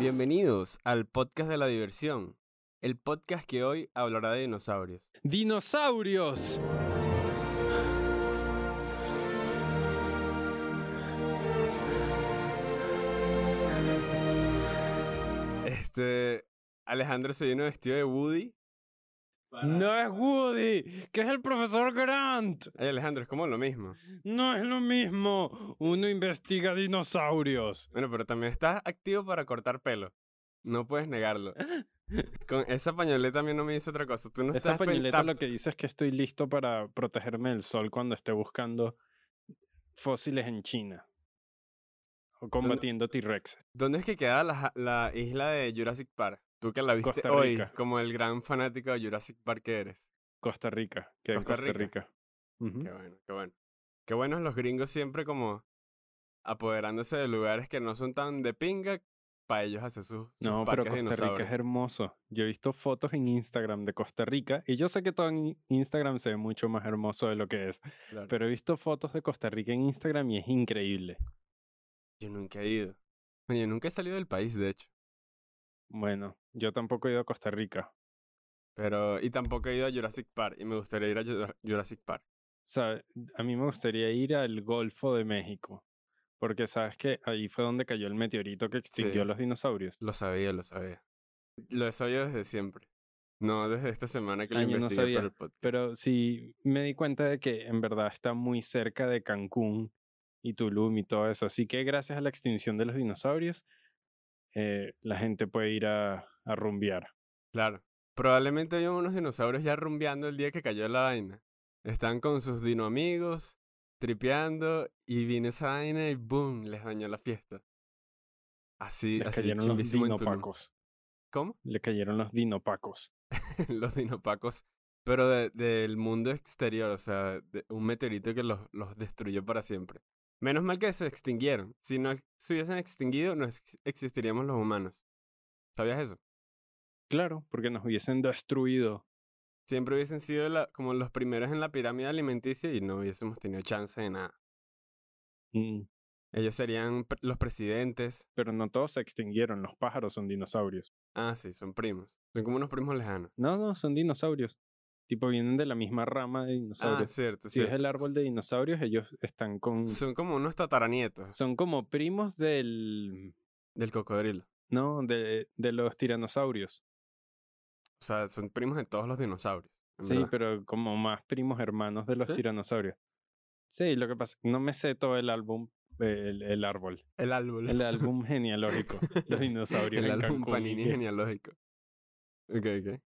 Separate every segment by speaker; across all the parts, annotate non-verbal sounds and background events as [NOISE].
Speaker 1: Bienvenidos al podcast de la diversión, el podcast que hoy hablará de dinosaurios.
Speaker 2: ¡Dinosaurios!
Speaker 1: Este, Alejandro se vino vestido de Woody.
Speaker 2: No es Woody, que es el profesor Grant.
Speaker 1: Ay, Alejandro, es como lo mismo.
Speaker 2: No es lo mismo. Uno investiga dinosaurios.
Speaker 1: Bueno, pero también estás activo para cortar pelo. No puedes negarlo. Con esa pañoleta a mí no me dice otra cosa. Tú no
Speaker 2: Esta
Speaker 1: estás pen-
Speaker 2: pañoleta
Speaker 1: tap-
Speaker 2: lo que dice es que estoy listo para protegerme del sol cuando esté buscando fósiles en China. O combatiendo T-Rex.
Speaker 1: ¿Dónde es que queda la, ja- la isla de Jurassic Park? Tú que la viste
Speaker 2: Costa
Speaker 1: hoy,
Speaker 2: Rica.
Speaker 1: como el gran fanático de Jurassic Park que eres.
Speaker 2: Costa Rica. Que
Speaker 1: Costa
Speaker 2: Costa, Costa
Speaker 1: Rica.
Speaker 2: Rica. Ujú.
Speaker 1: Qué bueno, qué bueno. Qué buenos los gringos siempre como apoderándose de lugares que no son tan de pinga para ellos hacer sus, sus
Speaker 2: No, pero
Speaker 1: parques
Speaker 2: Costa Rica
Speaker 1: dinosaurios.
Speaker 2: es hermoso. Yo he visto fotos en Instagram de Costa Rica y yo sé que todo en Instagram se ve mucho más hermoso de lo que es,
Speaker 1: Claro.
Speaker 2: pero he visto fotos de Costa Rica en Instagram y es increíble.
Speaker 1: Yo nunca he ido. Bueno, Yo nunca he salido del país, de hecho.
Speaker 2: Bueno, yo tampoco he ido a Costa Rica,
Speaker 1: Pero, y tampoco he ido a Jurassic Park. Y me gustaría ir a Jura- Jurassic Park.
Speaker 2: ¿sabes? A mí me gustaría ir al Golfo de México, porque sabes que ahí fue donde cayó el meteorito que extinguió a los dinosaurios.
Speaker 1: Lo sabía, lo sabía. Lo he sabido desde siempre. No desde esta semana que lo
Speaker 2: Ah, yo no
Speaker 1: investigué
Speaker 2: sabía,
Speaker 1: para el podcast.
Speaker 2: Pero sí me di cuenta de que en verdad está muy cerca de Cancún y Tulum y todo eso. Así que gracias a la extinción de los dinosaurios, eh, la gente puede ir a, a rumbear.
Speaker 1: Claro. Probablemente había unos dinosaurios ya rumbeando el día que cayó la vaina. Están con sus dino amigos, tripeando, y vino esa vaina y ¡boom! Les dañó la fiesta. Así,
Speaker 2: Les
Speaker 1: así,
Speaker 2: cayeron los
Speaker 1: chimbísimo en Tulum.
Speaker 2: dinopacos.
Speaker 1: ¿Cómo? [LAUGHS]
Speaker 2: Le cayeron los dinopacos.
Speaker 1: los dinopacos, pero de- del mundo exterior, o sea, de- un meteorito que los, los destruyó para siempre. Menos mal que se extinguieron. Si no se hubiesen extinguido, no ex- existiríamos los humanos. ¿Sabías eso?
Speaker 2: Claro, porque nos hubiesen destruido.
Speaker 1: Siempre hubiesen sido la- como los primeros en la pirámide alimenticia y no hubiésemos tenido chance de nada.
Speaker 2: Mm,
Speaker 1: Ellos serían pre- los presidentes.
Speaker 2: Pero no todos se extinguieron. Los pájaros son dinosaurios.
Speaker 1: Ah, sí, son primos. Son como unos primos lejanos.
Speaker 2: No, no, son dinosaurios. Tipo, vienen de la misma rama de
Speaker 1: Ah,
Speaker 2: dinosaurios.
Speaker 1: cierto,
Speaker 2: si es
Speaker 1: cierto.
Speaker 2: el árbol de dinosaurios, ellos están con...
Speaker 1: Son como unos tataranietos
Speaker 2: Son como primos del.
Speaker 1: del cocodrilo.
Speaker 2: No, de, de los tiranosaurios.
Speaker 1: O sea, son primos de todos los dinosaurios. en
Speaker 2: Sí,
Speaker 1: verdad.
Speaker 2: pero como más primos hermanos de los
Speaker 1: ¿Sí?
Speaker 2: tiranosaurios. Sí, lo que pasa, no me sé todo el álbum, el, el árbol,
Speaker 1: [LAUGHS] El árbol.
Speaker 2: el álbum genealógico, los dinosaurios.
Speaker 1: El
Speaker 2: en
Speaker 1: álbum
Speaker 2: Cancún y
Speaker 1: Panini
Speaker 2: que-
Speaker 1: genealógico. Ok, ok.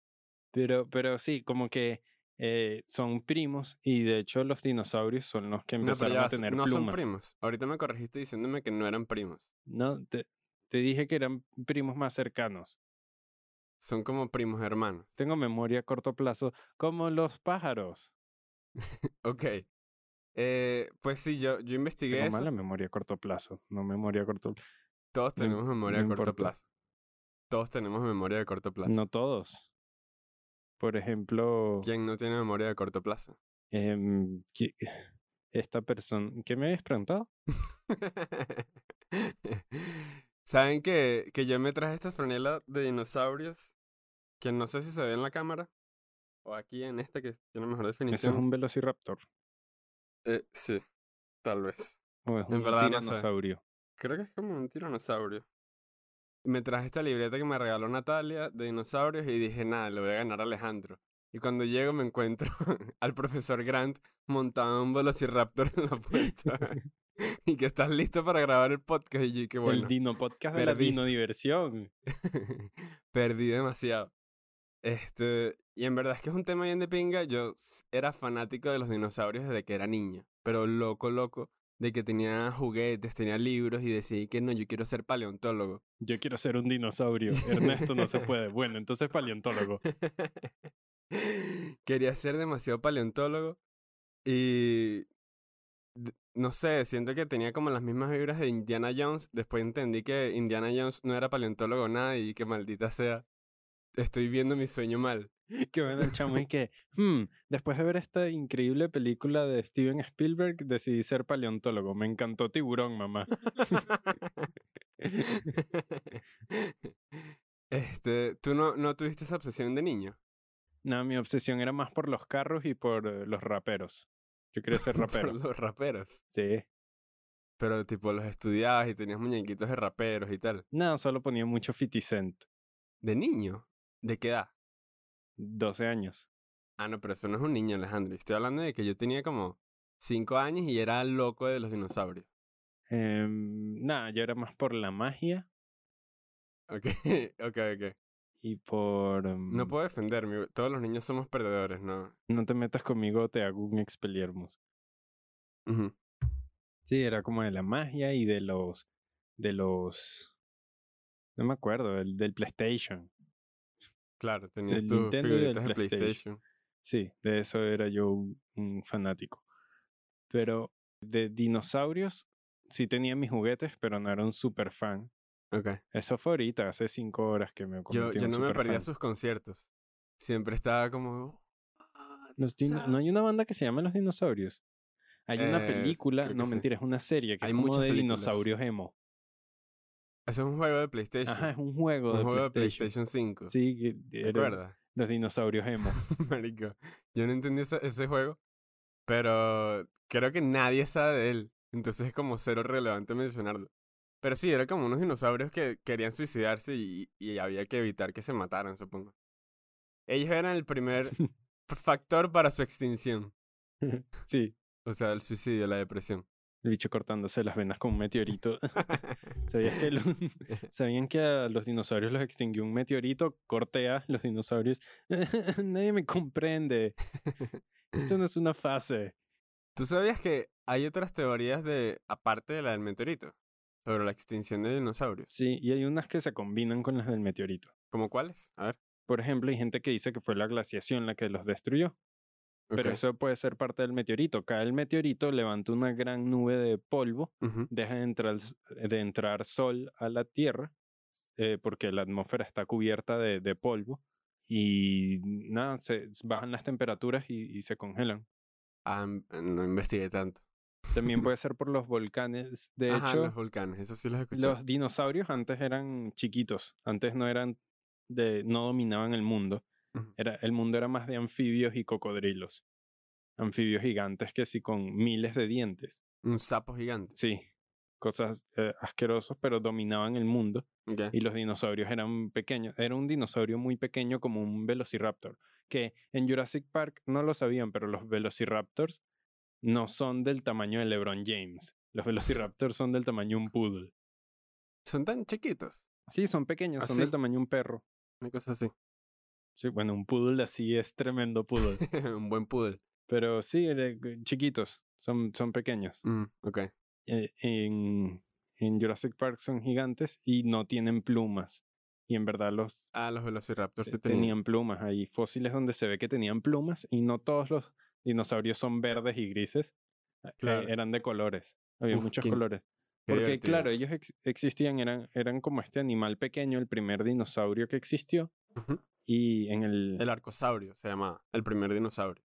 Speaker 2: Pero, pero sí, como que eh, son primos y de hecho los dinosaurios son los que
Speaker 1: No, pero
Speaker 2: empezaron
Speaker 1: ya
Speaker 2: a
Speaker 1: va,
Speaker 2: tener
Speaker 1: no son
Speaker 2: plumas.
Speaker 1: primos. Ahorita me corregiste diciéndome que no eran primos.
Speaker 2: No, te, te dije que eran primos más cercanos.
Speaker 1: Son como primos hermanos.
Speaker 2: Tengo memoria a corto plazo, como los pájaros.
Speaker 1: Ok. Eh, pues sí, yo, yo investigué
Speaker 2: Tengo
Speaker 1: eso.
Speaker 2: mala memoria a corto plazo, no memoria a corto plazo.
Speaker 1: Todos
Speaker 2: No im-
Speaker 1: tenemos memoria
Speaker 2: no
Speaker 1: a corto
Speaker 2: importa.
Speaker 1: plazo. Todos tenemos memoria de corto plazo.
Speaker 2: No todos. Por ejemplo,
Speaker 1: ¿Quién no tiene memoria de corto plazo? [LAUGHS]
Speaker 2: em, qui- esta persona, ¿qué me habías preguntado?
Speaker 1: ¿Saben que, que yo me traje esta franela de dinosaurios? Que no sé si se ve en la cámara. O aquí en esta que tiene mejor
Speaker 2: ¿Eso es
Speaker 1: definición.
Speaker 2: un velociraptor
Speaker 1: Eh, sí, tal vez.
Speaker 2: o es
Speaker 1: En
Speaker 2: un
Speaker 1: verdad no sé.
Speaker 2: tiranosaurio?
Speaker 1: Creo que es como un tiranosaurio. Me traje esta libreta que me regaló Natalia de dinosaurios y dije, nada, le voy a ganar a Alejandro. Y cuando llego me encuentro [LAUGHS] al profesor Grant montado en un velociraptor en la puerta. [LAUGHS] y que estás listo para grabar el podcast. Y yo, que bueno.
Speaker 2: El Dino Podcast de la
Speaker 1: perdí.
Speaker 2: Dino Diversión.
Speaker 1: [LAUGHS] Perdí demasiado. Este, y en verdad es que es un tema bien de pinga. Yo s- era fanático de los dinosaurios desde que era niño, pero loco, loco, de que tenía juguetes, tenía libros y decidí que no, yo quiero ser paleontólogo.
Speaker 2: Yo quiero ser un dinosaurio. Ernesto no se puede. Bueno, entonces paleontólogo.
Speaker 1: [LAUGHS] Quería ser demasiado paleontólogo y d- no sé, siento que tenía como las mismas vibras de Indiana Jones. Después entendí que Indiana Jones no era paleontólogo nada y que maldita sea, estoy viendo mi sueño mal.
Speaker 2: [LAUGHS]
Speaker 1: [LAUGHS]
Speaker 2: Que ven el chamo y que, "Hmm, después de ver esta increíble película de [LAUGHS] Steven Spielberg, decidí ser paleontólogo. Me encantó Tiburón, mamá.
Speaker 1: Este, ¿tú no, no tuviste esa obsesión de niño? [LAUGHS]
Speaker 2: No, mi obsesión era más por los carros y por eh, los raperos. Yo quería [LAUGHS] ser rapero.
Speaker 1: Por los raperos.
Speaker 2: Sí.
Speaker 1: Pero tipo los estudiabas y tenías muñequitos de raperos y tal.
Speaker 2: No, solo ponía mucho 50 Cent.
Speaker 1: ¿De niño? ¿De qué edad?
Speaker 2: 12 años.
Speaker 1: Ah, no, pero eso no es un niño, Alejandro. Estoy hablando de que yo tenía como 5 años y era loco de los dinosaurios.
Speaker 2: Em, Nada, yo era más por la magia
Speaker 1: Ok, [LAUGHS] ok, ok.
Speaker 2: y por... em,
Speaker 1: No puedo defenderme. Todos los niños somos perdedores, ¿no?
Speaker 2: no te metas conmigo, te hago un expeliermos.
Speaker 1: Ujú.
Speaker 2: Sí, era como de la magia y de los... De los... No me acuerdo, el del PlayStation.
Speaker 1: Claro, tenías
Speaker 2: Del
Speaker 1: tus
Speaker 2: Nintendo y del
Speaker 1: figuritas de
Speaker 2: PlayStation.
Speaker 1: PlayStation.
Speaker 2: Sí, de eso era yo un, un fanático. Pero de dinosaurios sí tenía mis juguetes, pero no era un super fan.
Speaker 1: Ok.
Speaker 2: Eso fue ahorita, hace cinco horas que me
Speaker 1: Yo,
Speaker 2: convertí en
Speaker 1: yo
Speaker 2: un
Speaker 1: no me perdía
Speaker 2: superfan.
Speaker 1: sus conciertos. Siempre estaba como... "Ah,
Speaker 2: Los dino-
Speaker 1: dinosaurio".
Speaker 2: ¿No hay una banda que se llama Los Dinosaurios? Hay una
Speaker 1: Eh,
Speaker 2: película,
Speaker 1: creo que
Speaker 2: no
Speaker 1: sí.
Speaker 2: mentira, es una serie que
Speaker 1: Hay
Speaker 2: es como
Speaker 1: muchas
Speaker 2: de
Speaker 1: películas.
Speaker 2: dinosaurios emo.
Speaker 1: Eso es un juego de PlayStation.
Speaker 2: Ajá, es un juego,
Speaker 1: un
Speaker 2: de,
Speaker 1: juego
Speaker 2: PlayStation.
Speaker 1: de PlayStation 5.
Speaker 2: Sí, que
Speaker 1: ¿Te
Speaker 2: era
Speaker 1: acuerdas?
Speaker 2: los
Speaker 1: [LAUGHS]
Speaker 2: dinosaurios emo.
Speaker 1: Marico, yo no entendí ese, ese juego, pero creo que nadie sabe de él. Entonces es como cero relevante mencionarlo. Pero sí, era como unos dinosaurios que querían suicidarse y, y había que evitar que se mataran, supongo. Ellos eran el
Speaker 2: [LAUGHS]
Speaker 1: primer factor para su extinción.
Speaker 2: sí,
Speaker 1: O sea, el suicidio, la
Speaker 2: [LAUGHS]
Speaker 1: depresión.
Speaker 2: el bicho cortándose las venas con un meteorito. [LAUGHS] ¿Sabías que lo- ¿Sabían que a los dinosaurios los extinguió un meteorito? Corte A, los dinosaurios. [LAUGHS] Nadie me comprende. Esto no es una fase.
Speaker 1: ¿Tú sabías que hay otras teorías de, aparte de la del meteorito, sobre la extinción de dinosaurios?
Speaker 2: Sí, y hay unas que se combinan con las del meteorito.
Speaker 1: ¿Cómo cuáles? A ver.
Speaker 2: Por ejemplo, hay gente que dice que fue la glaciación la que los destruyó, pero
Speaker 1: ok,
Speaker 2: eso puede ser parte del meteorito. Cae el meteorito, levanta una gran nube de polvo,
Speaker 1: ujú,
Speaker 2: deja de entrar, s- de entrar sol a la Tierra, eh, porque la atmósfera está cubierta de, de polvo, y nada, se s- bajan las temperaturas y, y se congelan.
Speaker 1: ah, no investigué tanto. [LAUGHS]
Speaker 2: También puede ser por los volcanes. De
Speaker 1: Ajá,
Speaker 2: hecho,
Speaker 1: los volcanes, eso sí los escuché.
Speaker 2: Los dinosaurios antes eran chiquitos, antes no eran de, no dominaban el mundo.
Speaker 1: Ujú.
Speaker 2: Era, el mundo era más de anfibios y cocodrilos. Anfibios gigantes que sí con miles de dientes.
Speaker 1: Un sapo gigante.
Speaker 2: Sí, cosas eh, asquerosas, pero dominaban el mundo.
Speaker 1: Ok.
Speaker 2: Y los dinosaurios eran pequeños. Era un dinosaurio muy pequeño como un velociraptor. Que en Jurassic Park no lo sabían, pero los velociraptors no son del tamaño de LeBron James. Los velociraptors son del tamaño de un poodle.
Speaker 1: Son tan chiquitos.
Speaker 2: Sí, son pequeños,
Speaker 1: ¿Ah,
Speaker 2: son del
Speaker 1: sí?
Speaker 2: tamaño de un perro.
Speaker 1: Una cosa así. [LAUGHS]
Speaker 2: Sí, bueno, un poodle así es tremendo
Speaker 1: [LAUGHS]
Speaker 2: poodle.
Speaker 1: Un buen poodle.
Speaker 2: pero sí, era g- chiquitos, son, son pequeños.
Speaker 1: Mm, ok.
Speaker 2: Eh, en, en Jurassic Park son gigantes y no tienen plumas. Y en verdad los
Speaker 1: Ah, los velociraptors
Speaker 2: eh,
Speaker 1: sí tenían.
Speaker 2: tenían plumas. Hay fósiles donde se ve que tenían plumas y no todos los dinosaurios son verdes y grises. eh,
Speaker 1: Claro.
Speaker 2: eran de colores. Había
Speaker 1: Uf,
Speaker 2: muchos
Speaker 1: qué-
Speaker 2: colores.
Speaker 1: Qué
Speaker 2: Porque
Speaker 1: divertido.
Speaker 2: claro, ellos ex- existían, eran, eran como este animal pequeño, el primer dinosaurio que existió.
Speaker 1: Ujú.
Speaker 2: Y en el...
Speaker 1: El arcosaurio se llamaba, el primer dinosaurio.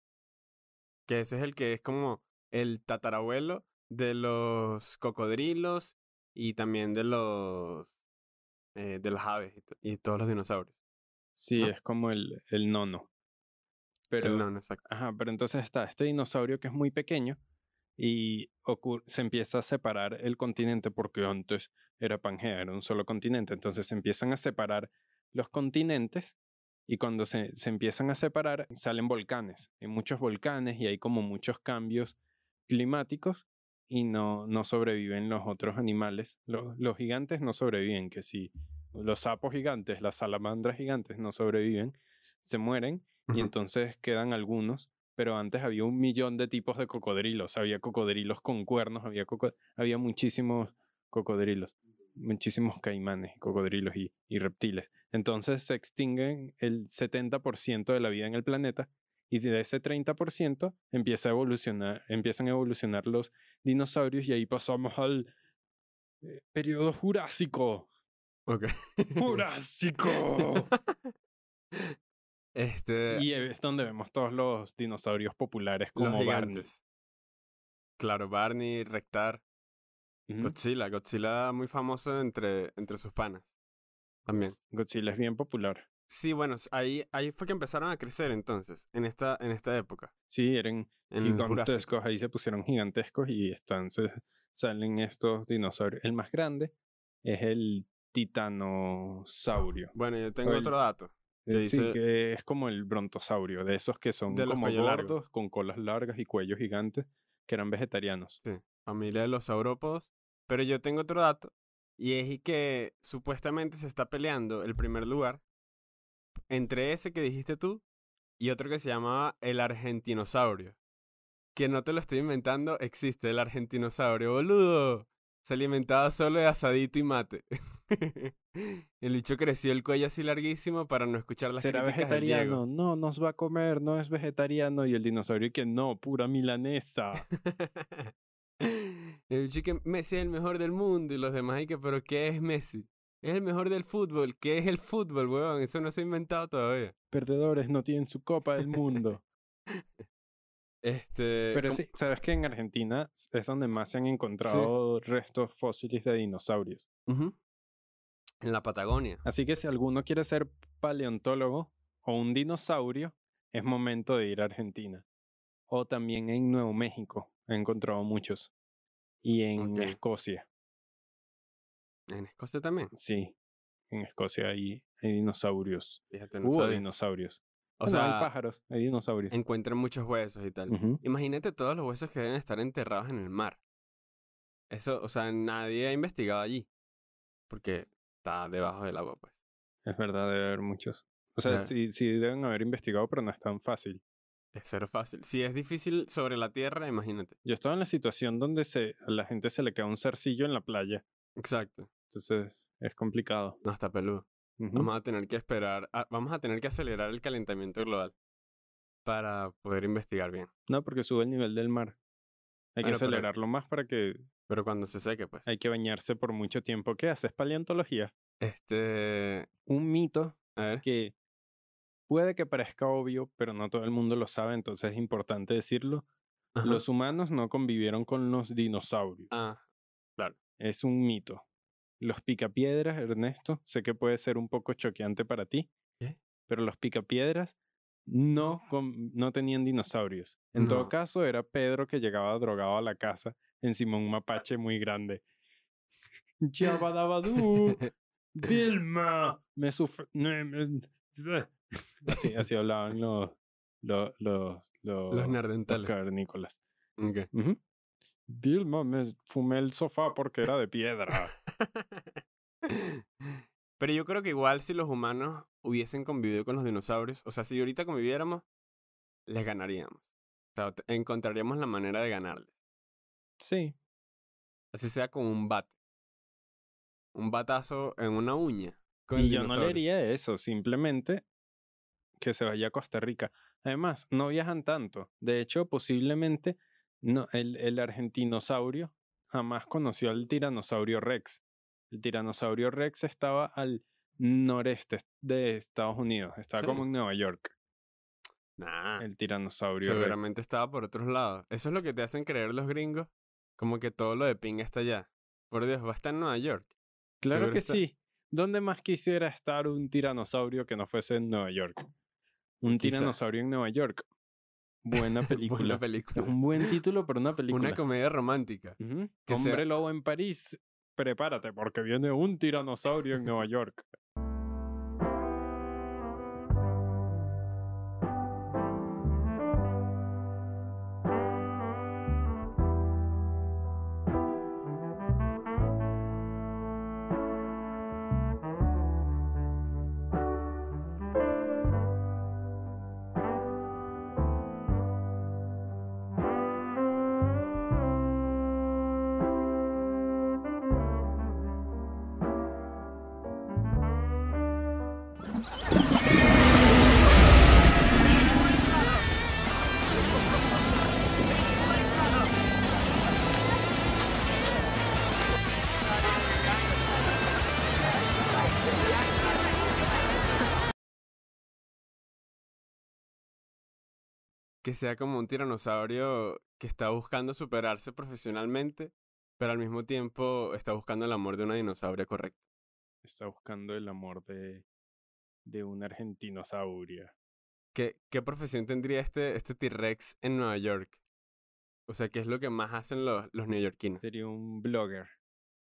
Speaker 1: Que ese es el que es como el tatarabuelo de los cocodrilos y también de los. eh, de las aves y, to- y todos los dinosaurios.
Speaker 2: Sí,
Speaker 1: ¿no?
Speaker 2: es como el, el nono.
Speaker 1: ah. El
Speaker 2: Pero,
Speaker 1: nono, exacto.
Speaker 2: Ajá, pero entonces está este dinosaurio que es muy pequeño y ocur- se empieza a separar el continente porque antes era Pangea, era un solo continente. Entonces se empiezan a separar los continentes y cuando se, se empiezan a separar salen volcanes. Hay muchos volcanes y hay como muchos cambios climáticos y no, no sobreviven los otros animales. Los, los gigantes no sobreviven, que si los sapos gigantes, las salamandras gigantes no sobreviven, se mueren y
Speaker 1: Ujú.
Speaker 2: entonces quedan algunos, pero antes había un millón de tipos de cocodrilos, había cocodrilos con cuernos, había, coco- había muchísimos cocodrilos, muchísimos caimanes, cocodrilos y, y reptiles. Entonces se extinguen el 70% de la vida en el planeta y de ese 30% empieza a evolucionar, empiezan a evolucionar los dinosaurios y ahí pasamos al eh, periodo jurásico.
Speaker 1: Ok.
Speaker 2: Jurásico.
Speaker 1: [LAUGHS] este.
Speaker 2: Y es donde vemos todos los dinosaurios populares
Speaker 1: Los
Speaker 2: como Barney.
Speaker 1: gigantes. Claro, Barney, Rectar.
Speaker 2: Ujú.
Speaker 1: Godzilla, Godzilla muy famoso entre, entre sus panas. También.
Speaker 2: Godzilla es bien popular.
Speaker 1: Sí, bueno, s- ahí, ahí fue que empezaron a crecer entonces, en esta, en esta época.
Speaker 2: Sí, eran
Speaker 1: En el Jurásico.
Speaker 2: gigantescos. Ahí se pusieron gigantescos y están, se- salen estos dinosaurios. El más grande es el titanosaurio.
Speaker 1: Bueno, yo tengo
Speaker 2: Oye,
Speaker 1: otro dato. que
Speaker 2: Eh, sí,
Speaker 1: dice-
Speaker 2: que es como el brontosaurio, de esos que son
Speaker 1: De los
Speaker 2: como
Speaker 1: cuello
Speaker 2: gordos,
Speaker 1: largo.
Speaker 2: con colas largas y cuellos gigantes, que eran vegetarianos.
Speaker 1: familia de los saurópodos. Pero yo tengo otro dato, y es y que supuestamente se está peleando el primer lugar entre ese que dijiste tú y otro que se llamaba el argentinosaurio. Que no te lo estoy inventando, existe el argentinosaurio, boludo. Se alimentaba solo de asadito y mate. [LAUGHS] el bicho creció el cuello así larguísimo para no escuchar las
Speaker 2: Será
Speaker 1: críticas del Diego.
Speaker 2: vegetariano, no nos va a comer, no es vegetariano. Y el dinosaurio que no, pura milanesa.
Speaker 1: [LAUGHS] El bicho que Messi es el mejor del mundo y los demás y que, pero ¿qué es Messi? Es el mejor del fútbol. ¿Qué es el fútbol, weón? Eso no se ha inventado todavía.
Speaker 2: Perdedores no tienen su copa del
Speaker 1: [LAUGHS]
Speaker 2: mundo.
Speaker 1: Este.
Speaker 2: Pero
Speaker 1: ¿cómo-
Speaker 2: sí, sabes que en Argentina s- es donde más se han encontrado restos fósiles de dinosaurios.
Speaker 1: Ujú. En la Patagonia.
Speaker 2: Así que si alguno quiere ser paleontólogo o un dinosaurio, es momento de ir a Argentina. O también en Nuevo México, he encontrado muchos. Y en
Speaker 1: Ok.
Speaker 2: Escocia,
Speaker 1: En Escocia también.
Speaker 2: sí. En Escocia hay, hay dinosaurios.
Speaker 1: Fíjate, no
Speaker 2: Hubo
Speaker 1: sabía.
Speaker 2: dinosaurios.
Speaker 1: O
Speaker 2: Bueno, hay
Speaker 1: sea,
Speaker 2: pájaros, hay dinosaurios.
Speaker 1: encuentran muchos huesos y tal.
Speaker 2: Ujú.
Speaker 1: Imagínate todos los huesos que deben estar enterrados en el mar. Eso, o sea, nadie ha investigado allí. Porque está debajo del agua, pues.
Speaker 2: Es verdad, debe haber muchos. O sea,
Speaker 1: Claro.
Speaker 2: sí, sí deben haber investigado, pero no es tan fácil.
Speaker 1: Es cero fácil. Si es difícil sobre la tierra, imagínate.
Speaker 2: Yo estaba en la situación donde se, a la gente se le queda un zarcillo en la playa.
Speaker 1: Exacto.
Speaker 2: Entonces es complicado.
Speaker 1: No, está peludo.
Speaker 2: Ujú.
Speaker 1: Vamos a tener que esperar, a- vamos a tener que acelerar el calentamiento global para poder investigar bien.
Speaker 2: No, porque sube el nivel del mar. Hay que
Speaker 1: Bueno, pero-
Speaker 2: acelerarlo más para que
Speaker 1: Pero cuando se seque, pues.
Speaker 2: hay que bañarse por mucho tiempo. ¿Qué haces? Paleontología.
Speaker 1: Este,
Speaker 2: Un mito
Speaker 1: a ver,
Speaker 2: que puede que parezca obvio, pero no todo el mundo lo sabe, entonces es importante decirlo.
Speaker 1: ajá.
Speaker 2: Los humanos no convivieron con los dinosaurios.
Speaker 1: Ah,
Speaker 2: Es un mito. Los picapiedras, Ernesto, sé que puede ser un poco choqueante para ti,
Speaker 1: ¿Qué? Ah.
Speaker 2: pero los picapiedras no, con- no tenían dinosaurios. En todo
Speaker 1: No.
Speaker 2: caso, era Pedro que llegaba drogado a la casa encima de un
Speaker 1: [LAUGHS]
Speaker 2: mapache muy grande. Chabadabadú, Vilma, me sufre. em, [LAUGHS] así, así hablaban los, los, los, los,
Speaker 1: los
Speaker 2: los
Speaker 1: nerdentales.
Speaker 2: cavernícolas.
Speaker 1: oh, Ok.
Speaker 2: Ujú. Vilma, me fumé el sofá porque era de piedra.
Speaker 1: Pero yo creo que igual si los humanos hubiesen convivido con los dinosaurios, o sea, si ahorita conviviéramos, les ganaríamos. O sea, te- encontraríamos la manera de ganarles.
Speaker 2: [LAUGHS] Sí,
Speaker 1: Así sea con un bate. Un batazo en una uña. con el
Speaker 2: y yo no le
Speaker 1: dinosaurio.
Speaker 2: haría eso, simplemente que se vaya a Costa Rica. Además, no viajan tanto. De hecho, posiblemente no, el, el argentinosaurio jamás conoció al tiranosaurio Rex. El tiranosaurio Rex estaba al noreste de Estados Unidos, estaba
Speaker 1: Sí.
Speaker 2: como en Nueva York,
Speaker 1: Nah.
Speaker 2: el tiranosaurio Rex.
Speaker 1: Seguramente estaba por otros lados. Eso es lo que te hacen creer los gringos, como que todo lo de pinga está allá. Por Dios, va a estar en Nueva York.
Speaker 2: Claro
Speaker 1: seguro
Speaker 2: que
Speaker 1: está-
Speaker 2: sí. ¿Dónde más quisiera estar un tiranosaurio que no fuese en Nueva York? Un
Speaker 1: Quizá.
Speaker 2: tiranosaurio en Nueva York.
Speaker 1: [LAUGHS]
Speaker 2: Buena película.
Speaker 1: Una
Speaker 2: Es
Speaker 1: película.
Speaker 2: un buen título para una película.
Speaker 1: Una comedia romántica.
Speaker 2: Ujú.
Speaker 1: que sea-
Speaker 2: Hombre lobo en París. Prepárate porque viene un tiranosaurio en Nueva York.
Speaker 1: Que sea como un tiranosaurio que está buscando superarse profesionalmente pero al mismo tiempo está buscando el amor de una dinosauria correcta.
Speaker 2: Está buscando el amor de, de una argentinosauria.
Speaker 1: ¿Qué, qué profesión tendría este, este T-Rex en Nueva York? O sea, ¿qué es lo que más hacen los, los neoyorquinos?
Speaker 2: Sería un blogger.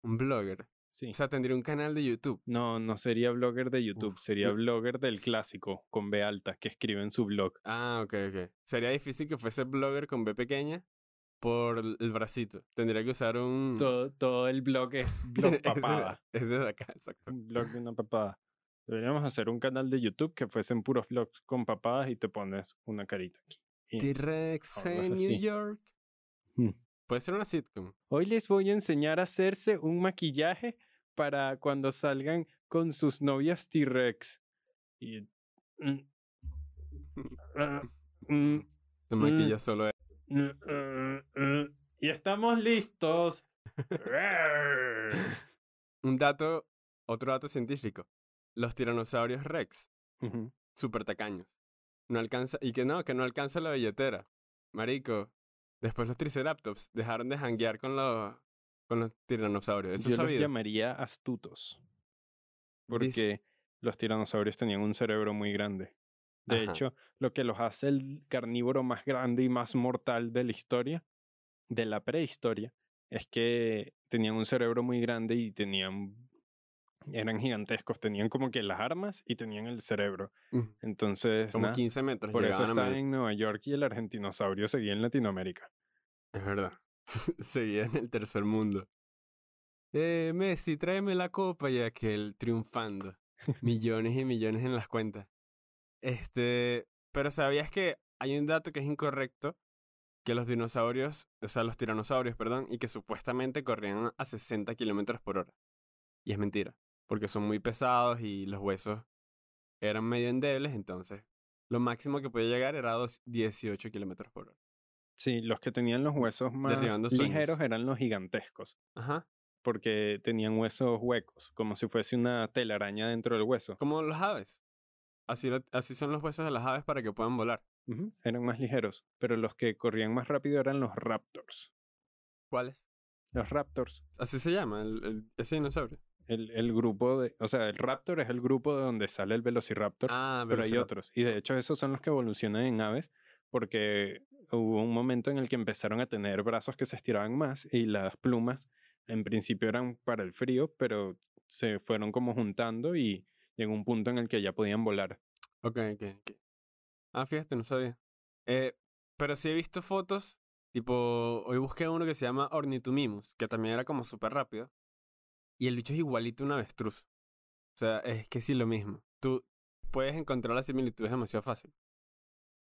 Speaker 1: Un blogger.
Speaker 2: Sí.
Speaker 1: O sea, tendría un canal de YouTube.
Speaker 2: No, no sería blogger de YouTube,
Speaker 1: Uf,
Speaker 2: sería
Speaker 1: no.
Speaker 2: blogger del
Speaker 1: Sí.
Speaker 2: clásico, con B alta, que escribe en su blog.
Speaker 1: Ah, ok, ok. Sería difícil que fuese blogger con B pequeña por el el bracito. Tendría que usar un... [LAUGHS]
Speaker 2: Todo, todo el blog es blog
Speaker 1: Es de-
Speaker 2: papada.
Speaker 1: Es desde acá, exacto.
Speaker 2: un blog de una papada. Deberíamos hacer un canal de YouTube que fuesen puros blogs con papadas y te pones una carita aquí. Y-
Speaker 1: T-Rex
Speaker 2: Hablas
Speaker 1: en New
Speaker 2: así.
Speaker 1: York.
Speaker 2: Hmm.
Speaker 1: Puede ser una sitcom.
Speaker 2: Hoy les voy a enseñar a hacerse un maquillaje para cuando salgan con sus novias T-Rex. Y... Mm. Ah, mm,
Speaker 1: Te
Speaker 2: Mm.
Speaker 1: maquillas solo
Speaker 2: mm, mm, mm. Y estamos listos.
Speaker 1: Un dato, otro dato científico. Los tiranosaurios rex,
Speaker 2: Ujú.
Speaker 1: súper tacaños. No alcanza, y que no, que no alcanza la billetera. Marico, después los triceratops dejaron de janguear con los, con los tiranosaurios. Eso
Speaker 2: Yo
Speaker 1: es
Speaker 2: los
Speaker 1: sabido.
Speaker 2: llamaría astutos. Porque
Speaker 1: Dice-
Speaker 2: los tiranosaurios tenían un cerebro muy grande. De
Speaker 1: Ajá.
Speaker 2: hecho, lo que los hace el carnívoro más grande y más mortal de la historia, de la prehistoria, es que tenían un cerebro muy grande y tenían. Eran gigantescos, tenían como que las armas y tenían el cerebro.
Speaker 1: Mm,
Speaker 2: Entonces,
Speaker 1: Como
Speaker 2: nada,
Speaker 1: 15 metros
Speaker 2: por eso
Speaker 1: llegaban a
Speaker 2: están
Speaker 1: medir.
Speaker 2: en Nueva York y el argentinosaurio seguía en Latinoamérica.
Speaker 1: Es verdad. [LAUGHS] Seguía en el tercer mundo. Eh, Messi, tráeme la copa y aquel triunfando. Millones y millones en las cuentas. Este, pero ¿sabías que hay un dato que es incorrecto? Que los dinosaurios, o sea, los tiranosaurios, perdón, y que supuestamente corrían a 60 kilómetros por hora. Y es mentira, porque son muy pesados y los huesos eran medio endebles, entonces lo máximo que podía llegar era a dos- 18 kilómetros por hora.
Speaker 2: Sí, los que tenían los huesos más
Speaker 1: Mm, Derribando sueños.
Speaker 2: ligeros eran los gigantescos.
Speaker 1: Ajá.
Speaker 2: porque tenían huesos huecos, como si fuese una telaraña dentro del hueso.
Speaker 1: Como los aves. Así, lo- así son los huesos de las aves para que puedan volar.
Speaker 2: Ujú, Eran más ligeros, pero los que corrían más rápido eran los raptors.
Speaker 1: ¿Cuáles?
Speaker 2: Los raptors,
Speaker 1: Así se llama, el, el- ese dinosaurio.
Speaker 2: el, el grupo de... O sea, el raptor es el grupo de donde sale el velociraptor,
Speaker 1: Ah,
Speaker 2: pero hay
Speaker 1: velociraptor.
Speaker 2: otros. Y de hecho esos son los que evolucionan en aves, porque hubo un momento en el que empezaron a tener brazos que se estiraban más y las plumas en principio eran para el frío, pero se fueron como juntando y llegó un punto en el que ya podían volar.
Speaker 1: Ok, ok, ok. Ah, fíjate, no sabía. Eh, pero sí he visto fotos, tipo, hoy busqué uno que se llama Ornithumimus, que también era como súper rápido. Y el bicho es igualito a un avestruz. O sea, es que sí lo mismo. Tú puedes encontrar las similitudes demasiado fácil.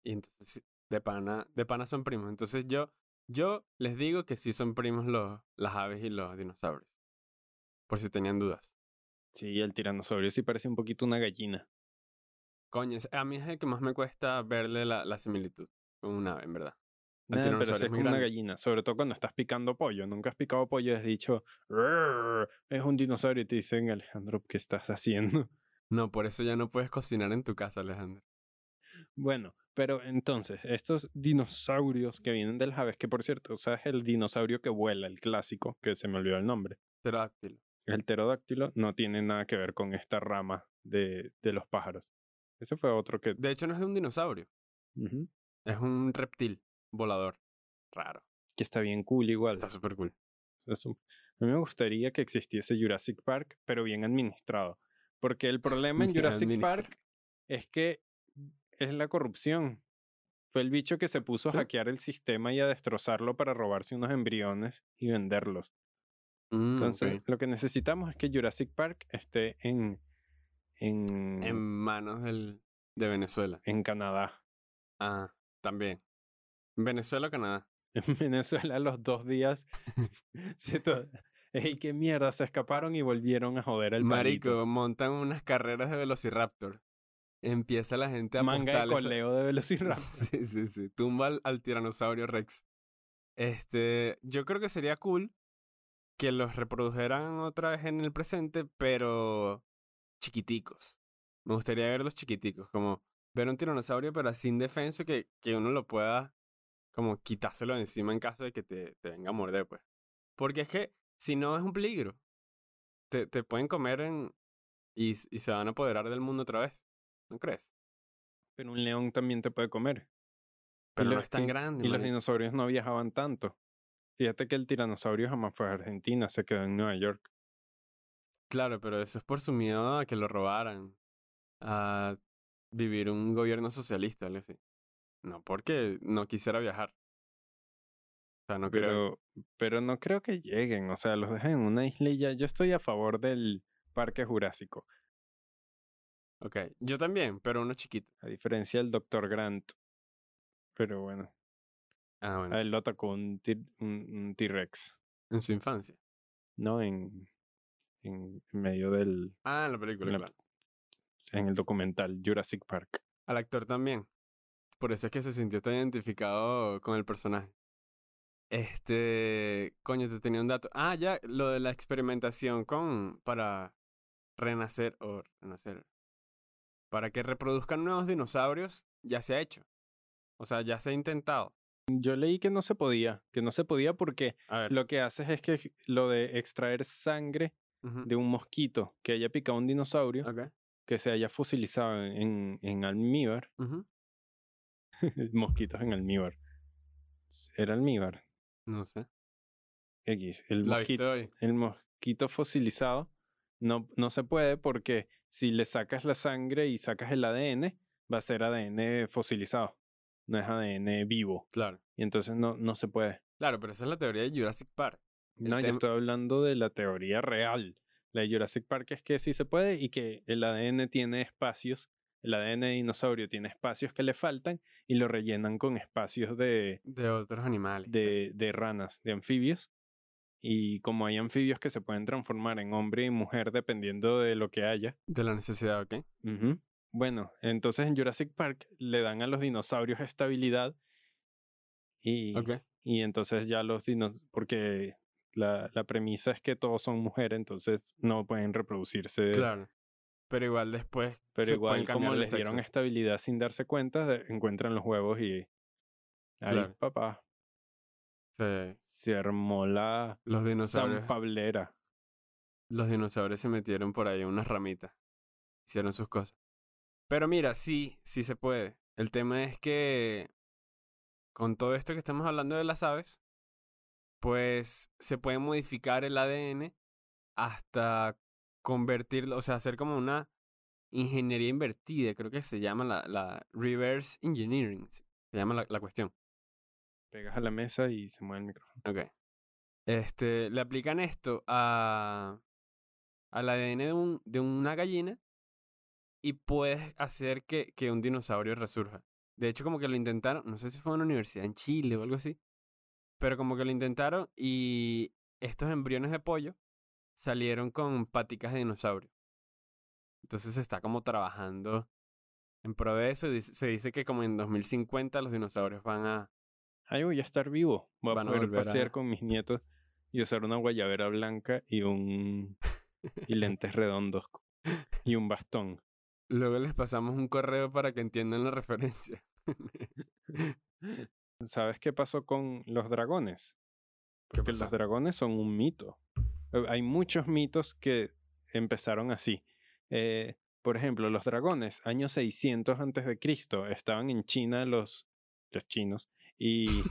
Speaker 1: Y entonces, sí, de pana, de pana son primos. Entonces yo, yo les digo que sí son primos los, las aves y los dinosaurios. Por si tenían dudas.
Speaker 2: Sí, el tiranosaurio sí parece un poquito una gallina.
Speaker 1: Coño, es- a mí es el que más me cuesta verle la, la similitud con un ave, en verdad. El
Speaker 2: Nah, pero
Speaker 1: tiranosaurio es
Speaker 2: sí es
Speaker 1: muy
Speaker 2: como una
Speaker 1: grande.
Speaker 2: gallina, sobre todo cuando estás picando pollo. Nunca has picado pollo y has dicho, "Rrr, es un dinosaurio. Y te dicen, Alejandro, ¿qué estás haciendo? [LAUGHS]
Speaker 1: No, por eso ya no puedes cocinar en tu casa, Alejandro.
Speaker 2: Bueno, pero entonces, estos dinosaurios que vienen del aves, que por cierto, ¿sabes el dinosaurio que vuela, el clásico, que se me olvidó el nombre?
Speaker 1: Pterodáctilo.
Speaker 2: El pterodáctilo no tiene nada que ver con esta rama de, de los pájaros. Ese fue otro que...
Speaker 1: De hecho, no es un dinosaurio.
Speaker 2: Ujú,
Speaker 1: Es un reptil volador. Raro.
Speaker 2: que está bien cool igual.
Speaker 1: Está súper cool.
Speaker 2: Es un- A mí me gustaría que existiese Jurassic Park, pero bien administrado. Porque el problema en
Speaker 1: Bien
Speaker 2: Jurassic
Speaker 1: administrado.
Speaker 2: Park es que es la corrupción. Fue el bicho que se puso
Speaker 1: Sí.
Speaker 2: a hackear el sistema y a destrozarlo para robarse unos embriones y venderlos.
Speaker 1: Mm,
Speaker 2: Entonces,
Speaker 1: ok.
Speaker 2: lo que necesitamos es que Jurassic Park esté en, en,
Speaker 1: En manos del, de Venezuela.
Speaker 2: en Canadá. [LAUGHS]
Speaker 1: Ah, también. Venezuela o Canadá.
Speaker 2: En Venezuela, a los
Speaker 1: [LAUGHS]
Speaker 2: dos días. [LAUGHS] se to- ¡Ey, qué mierda! Se escaparon y volvieron a joder el
Speaker 1: Marico, montan unas carreras de Velociraptor. Empieza la gente a
Speaker 2: Manga de
Speaker 1: apostarle esa-
Speaker 2: coleo de
Speaker 1: [LAUGHS]
Speaker 2: Velociraptor.
Speaker 1: Sí, sí, sí. Tumba al, al tiranosaurio Rex. Este, yo creo que sería cool que los reprodujeran otra vez en el presente, pero chiquiticos. Me gustaría verlos chiquiticos, como ver un tiranosaurio pero así indefenso que, que uno lo pueda como quitárselo de encima en caso de que te, te venga a morder, pues. Porque es que si no es un peligro. Te, te pueden comer en, y, s- y se van a apoderar del mundo otra vez. ¿No crees?
Speaker 2: [LAUGHS] Pero un león también te puede comer.
Speaker 1: Pero no
Speaker 2: los
Speaker 1: es tan
Speaker 2: tin-
Speaker 1: grande.
Speaker 2: Y los
Speaker 1: marico.
Speaker 2: dinosaurios no viajaban tanto. Fíjate que el tiranosaurio jamás fue a Argentina, se quedó en Nueva York.
Speaker 1: Claro, pero eso es por su miedo a que lo robaran. A vivir un gobierno socialista, algo así. No porque no quisiera viajar. O sea, no creo.
Speaker 2: Pero, pero no creo que lleguen, o sea, los dejan en una isla y ya. Yo estoy a favor del Parque Jurásico,
Speaker 1: Ok, yo también, pero uno chiquito.
Speaker 2: a diferencia del Dr. Grant. Pero bueno,
Speaker 1: Ah, bueno,
Speaker 2: a él lo atacó un ti- un- un T-Rex,
Speaker 1: en su infancia.
Speaker 2: ¿no? En, en en medio del,
Speaker 1: Ah, en la película,
Speaker 2: En la-
Speaker 1: claro.
Speaker 2: en el documental Jurassic Park.
Speaker 1: Al actor también. Por eso es que se sintió tan identificado con el personaje. Este, coño, te tenía un dato. Ah, ya, lo de la experimentación con, para renacer o renacer. Para que reproduzcan nuevos dinosaurios, ya se ha hecho. O sea, ya se ha intentado.
Speaker 2: Yo leí que no se podía, que no se podía porque
Speaker 1: A ver.
Speaker 2: lo que haces es que lo de extraer sangre
Speaker 1: ujú,
Speaker 2: de un mosquito que haya picado un dinosaurio,
Speaker 1: ok,
Speaker 2: que se haya fosilizado en, en almíbar, [LAUGHS]
Speaker 1: ujú.
Speaker 2: mosquitos en almíbar. Era almíbar.
Speaker 1: No sé.
Speaker 2: X. El
Speaker 1: La viste
Speaker 2: mosquito,
Speaker 1: hoy.
Speaker 2: el mosquito fosilizado no, no se puede porque si le sacas la sangre y sacas el ADN, va a ser ADN fosilizado. No es ADN vivo.
Speaker 1: Claro.
Speaker 2: Y entonces no, no se puede.
Speaker 1: Claro, pero esa es la teoría de Jurassic Park. El
Speaker 2: No, yo
Speaker 1: tema-
Speaker 2: estoy hablando de la teoría real. La de Jurassic Park es que sí se puede y que el ADN tiene espacios. El ADN de dinosaurio tiene espacios que le faltan y lo rellenan con espacios de,
Speaker 1: De otros animales.
Speaker 2: de, de ranas, de anfibios. Y como hay anfibios que se pueden transformar en hombre y mujer dependiendo de lo que haya.
Speaker 1: De la necesidad, ¿ok?
Speaker 2: ujú, Bueno, entonces en Jurassic Park le dan a los dinosaurios estabilidad y,
Speaker 1: Ok.
Speaker 2: y entonces ya los dinos, porque la, la premisa es que todos son mujeres, entonces no pueden reproducirse.
Speaker 1: Claro. Pero igual después
Speaker 2: Pero
Speaker 1: se pueden
Speaker 2: igual
Speaker 1: cambiar
Speaker 2: como
Speaker 1: de
Speaker 2: les dieron
Speaker 1: sexo.
Speaker 2: estabilidad sin darse cuenta, de- encuentran los huevos y... Ay,
Speaker 1: Claro.
Speaker 2: papá,
Speaker 1: Se-
Speaker 2: se armó la
Speaker 1: los dinosaurios.
Speaker 2: zampablera.
Speaker 1: Los dinosaurios se metieron por ahí a unas ramitas. Hicieron sus cosas. Pero mira, sí, sí se puede. El tema es que con todo esto que estamos hablando de las aves, pues se puede modificar el ADN hasta convertirlo, o sea, hacer como una ingeniería invertida, creo que se llama la, la reverse engineering, se llama la- la cuestión.
Speaker 2: Pegas a la mesa y se mueve el micrófono.
Speaker 1: Ok. Este, le aplican esto a al ADN de, un, de una gallina y puedes hacer que, que un dinosaurio resurja. De hecho, como que lo intentaron, no sé si fue en una universidad en Chile o algo así, pero como que lo intentaron y estos embriones de pollo salieron con paticas de dinosaurio. Entonces se está como trabajando en pro de eso y dice- se dice que como en 2050 los dinosaurios van a...
Speaker 2: Ay, voy a estar vivo. Voy
Speaker 1: Van a
Speaker 2: a poder
Speaker 1: volver
Speaker 2: pasear
Speaker 1: a-
Speaker 2: con mis nietos y usar una guayabera blanca y un...
Speaker 1: [LAUGHS]
Speaker 2: y lentes redondos y un bastón.
Speaker 1: Luego les pasamos un correo para que entiendan la
Speaker 2: [LAUGHS]
Speaker 1: referencia.
Speaker 2: ¿Sabes qué pasó con los dragones?
Speaker 1: ¿Qué
Speaker 2: Porque
Speaker 1: pasó?
Speaker 2: los dragones son un mito. Eh, Hay muchos mitos que empezaron así. Eh, por ejemplo, los dragones, año 600 antes de Cristo, estaban en China los, los chinos
Speaker 1: [LAUGHS]
Speaker 2: y,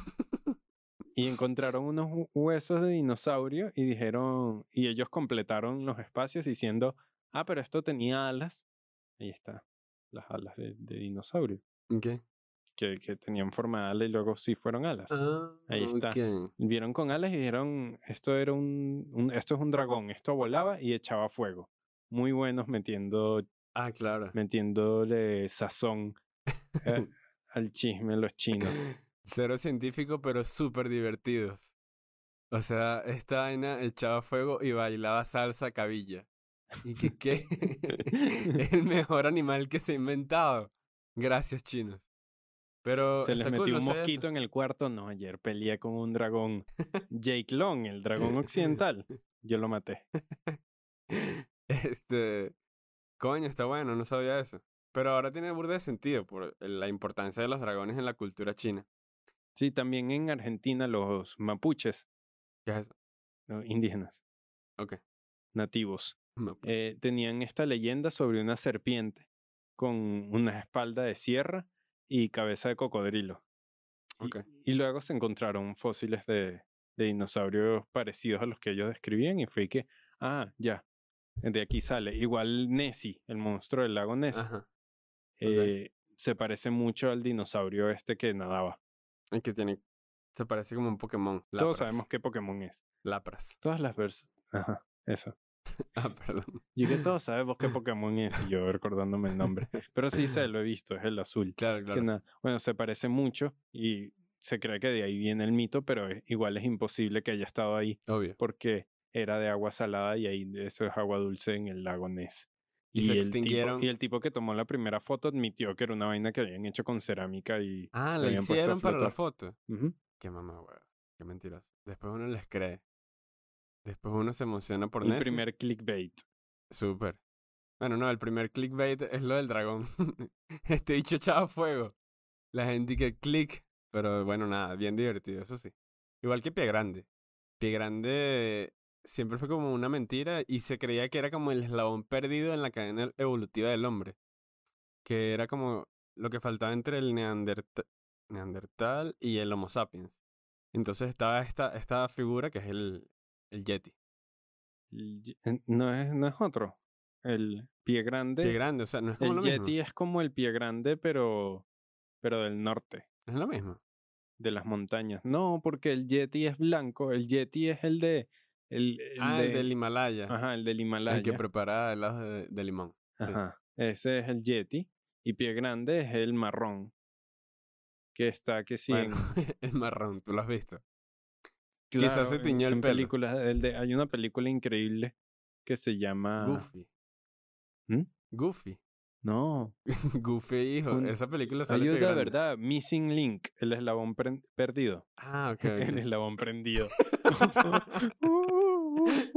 Speaker 2: y encontraron unos hu- huesos de dinosaurio y dijeron, y ellos completaron los espacios diciendo, ah, pero esto tenía alas. Ahí está, las alas de, de dinosaurio,
Speaker 1: ¿Qué?
Speaker 2: que, que tenían forma de ala y luego sí fueron alas
Speaker 1: Ah,
Speaker 2: Ahí está.
Speaker 1: ok.
Speaker 2: vieron con alas y dijeron, esto era un, un- esto es un dragón, esto volaba y echaba fuego. Muy buenos metiendo,
Speaker 1: Ah, claro.
Speaker 2: metiéndole sazón
Speaker 1: [LAUGHS]
Speaker 2: eh, al chisme los chinos.
Speaker 1: Cero científico, pero súper divertidos. O sea, esta vaina echaba fuego y bailaba salsa cabilla. ¿Y que qué? [LAUGHS]
Speaker 2: [LAUGHS]
Speaker 1: es el mejor animal que se ha inventado. Gracias, chinos. Pero
Speaker 2: Se les
Speaker 1: Oh, está cool,
Speaker 2: metió
Speaker 1: no
Speaker 2: un
Speaker 1: sabía eso.
Speaker 2: mosquito en el cuarto. No, ayer peleé con un
Speaker 1: [LAUGHS]
Speaker 2: dragón. Jake Long, el dragón occidental. Yo lo maté.
Speaker 1: [LAUGHS] Este, coño, está bueno, no sabía eso. Pero ahora tiene burda de sentido por la importancia de los dragones en la cultura china.
Speaker 2: Sí, también en Argentina los mapuches
Speaker 1: ¿Qué es eso?
Speaker 2: no, indígenas,
Speaker 1: Ok.
Speaker 2: nativos,
Speaker 1: Mapuche.
Speaker 2: eh, tenían esta leyenda sobre una serpiente con una espalda de sierra y cabeza de cocodrilo. Y-
Speaker 1: Ok.
Speaker 2: Y, luego se encontraron fósiles de, de dinosaurios parecidos a los que ellos describían y fue que, ah, ya, de aquí sale. Igual Nessie, el monstruo del lago Nessie,
Speaker 1: Ajá.
Speaker 2: eh, se parece mucho al dinosaurio este que nadaba.
Speaker 1: El que tiene. Se parece como un Pokémon. Lapras.
Speaker 2: Todos sabemos qué Pokémon es. [LAUGHS]
Speaker 1: Lapras.
Speaker 2: Todas las versiones. Ajá, eso.
Speaker 1: Ah, perdón.
Speaker 2: Y que todos sabemos qué Pokémon es, y yo recordándome el nombre. Pero sí se lo he visto, es el azul.
Speaker 1: [LAUGHS] Claro,
Speaker 2: Que
Speaker 1: claro.
Speaker 2: na- bueno, se parece mucho y se cree que de ahí viene el mito, pero es- igual es imposible que haya estado ahí
Speaker 1: Obvio.
Speaker 2: porque era de agua salada y ahí eso es agua dulce en el lago Ness.
Speaker 1: Y se
Speaker 2: el tipo-
Speaker 1: extinguieron.
Speaker 2: y el tipo que tomó la primera foto admitió que era una vaina que habían hecho con cerámica y...
Speaker 1: Ah,
Speaker 2: lo
Speaker 1: lo
Speaker 2: habían puesto a
Speaker 1: hicieron para la
Speaker 2: flotar.
Speaker 1: foto.
Speaker 2: Ujú.
Speaker 1: Qué mamá, weón. Qué mentiras. Después uno les cree. Después uno se emociona por
Speaker 2: el
Speaker 1: Nessie.
Speaker 2: primer clickbait.
Speaker 1: Súper. Bueno, no, el primer clickbait es lo del dragón. [LAUGHS] este dicho echaba fuego. La gente que click, pero bueno, nada, bien divertido, eso sí. Igual que Pie Grande. Pie Grande siempre fue como una mentira y se creía que era como el eslabón perdido en la cadena evolutiva del hombre. Que era como lo que faltaba entre el Neanderta- Neandertal y el Homo sapiens. Entonces estaba esta, esta figura que es el, el Yeti.
Speaker 2: El ye- en- No es, no es otro. El pie grande.
Speaker 1: Pie Grande, o sea, no es como
Speaker 2: el
Speaker 1: lo
Speaker 2: Yeti
Speaker 1: mismo.
Speaker 2: es como el pie grande, pero, pero del norte,
Speaker 1: No es lo mismo.
Speaker 2: de las montañas. No, porque el Yeti es blanco. El Yeti es el de. El, el
Speaker 1: ah, el
Speaker 2: de-
Speaker 1: del Himalaya.
Speaker 2: Ajá, el del Himalaya.
Speaker 1: El que prepara helados de, de limón. [LAUGHS]
Speaker 2: Ajá, Ese es el Yeti. Y pie grande es el marrón. Que está que sí.
Speaker 1: Bueno,
Speaker 2: en-
Speaker 1: el marrón, tú lo has visto.
Speaker 2: claro,
Speaker 1: [LAUGHS] quizás se
Speaker 2: en-
Speaker 1: tiñó el
Speaker 2: en
Speaker 1: pelo.
Speaker 2: películas, el de, hay una película increíble que se llama.
Speaker 1: Goofy.
Speaker 2: Ah. ¿Mm?
Speaker 1: Goofy. [LAUGHS]
Speaker 2: No,
Speaker 1: Goofy, hijo.
Speaker 2: Un-
Speaker 1: Esa película sale
Speaker 2: Ayuda,
Speaker 1: Pie Grande.
Speaker 2: ¿verdad? Missing Link, el eslabón pren- perdido.
Speaker 1: Ah,
Speaker 2: [LAUGHS]
Speaker 1: ok.
Speaker 2: El
Speaker 1: ok.
Speaker 2: eslabón prendido.
Speaker 1: [LAUGHS]
Speaker 2: [LAUGHS]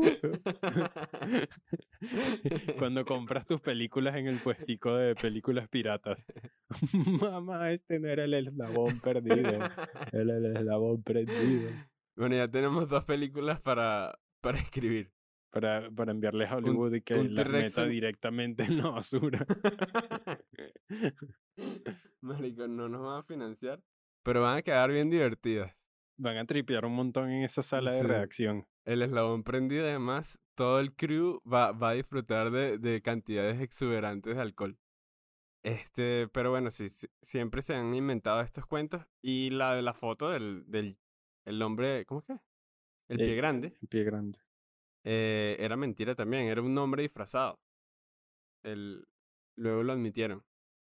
Speaker 2: Uh, [LAUGHS] Cuando compras tus películas en el puestico de películas piratas. [LAUGHS] Mamá, este no era el eslabón perdido. Era el eslabón prendido.
Speaker 1: [LAUGHS] bueno, ya tenemos dos películas para, para escribir. [LAUGHS]
Speaker 2: Para, para enviarles a Hollywood y que
Speaker 1: un
Speaker 2: las
Speaker 1: T-Rex
Speaker 2: meta
Speaker 1: en-
Speaker 2: directamente en la basura.
Speaker 1: Marico, no nos van a financiar, pero van a quedar bien divertidas.
Speaker 2: Van a tripear un montón en esa sala de
Speaker 1: Sí.
Speaker 2: redacción.
Speaker 1: El eslabón prendido, además, todo el crew va, va a disfrutar de, de cantidades exuberantes de alcohol. Este, pero bueno, sí, sí, siempre se han inventado estos cuentos. Y la de la foto del, del el hombre, ¿cómo es que? El
Speaker 2: Eh,
Speaker 1: pie grande.
Speaker 2: Pie grande.
Speaker 1: eh, era mentira también, era un hombre disfrazado. El, luego lo admitieron.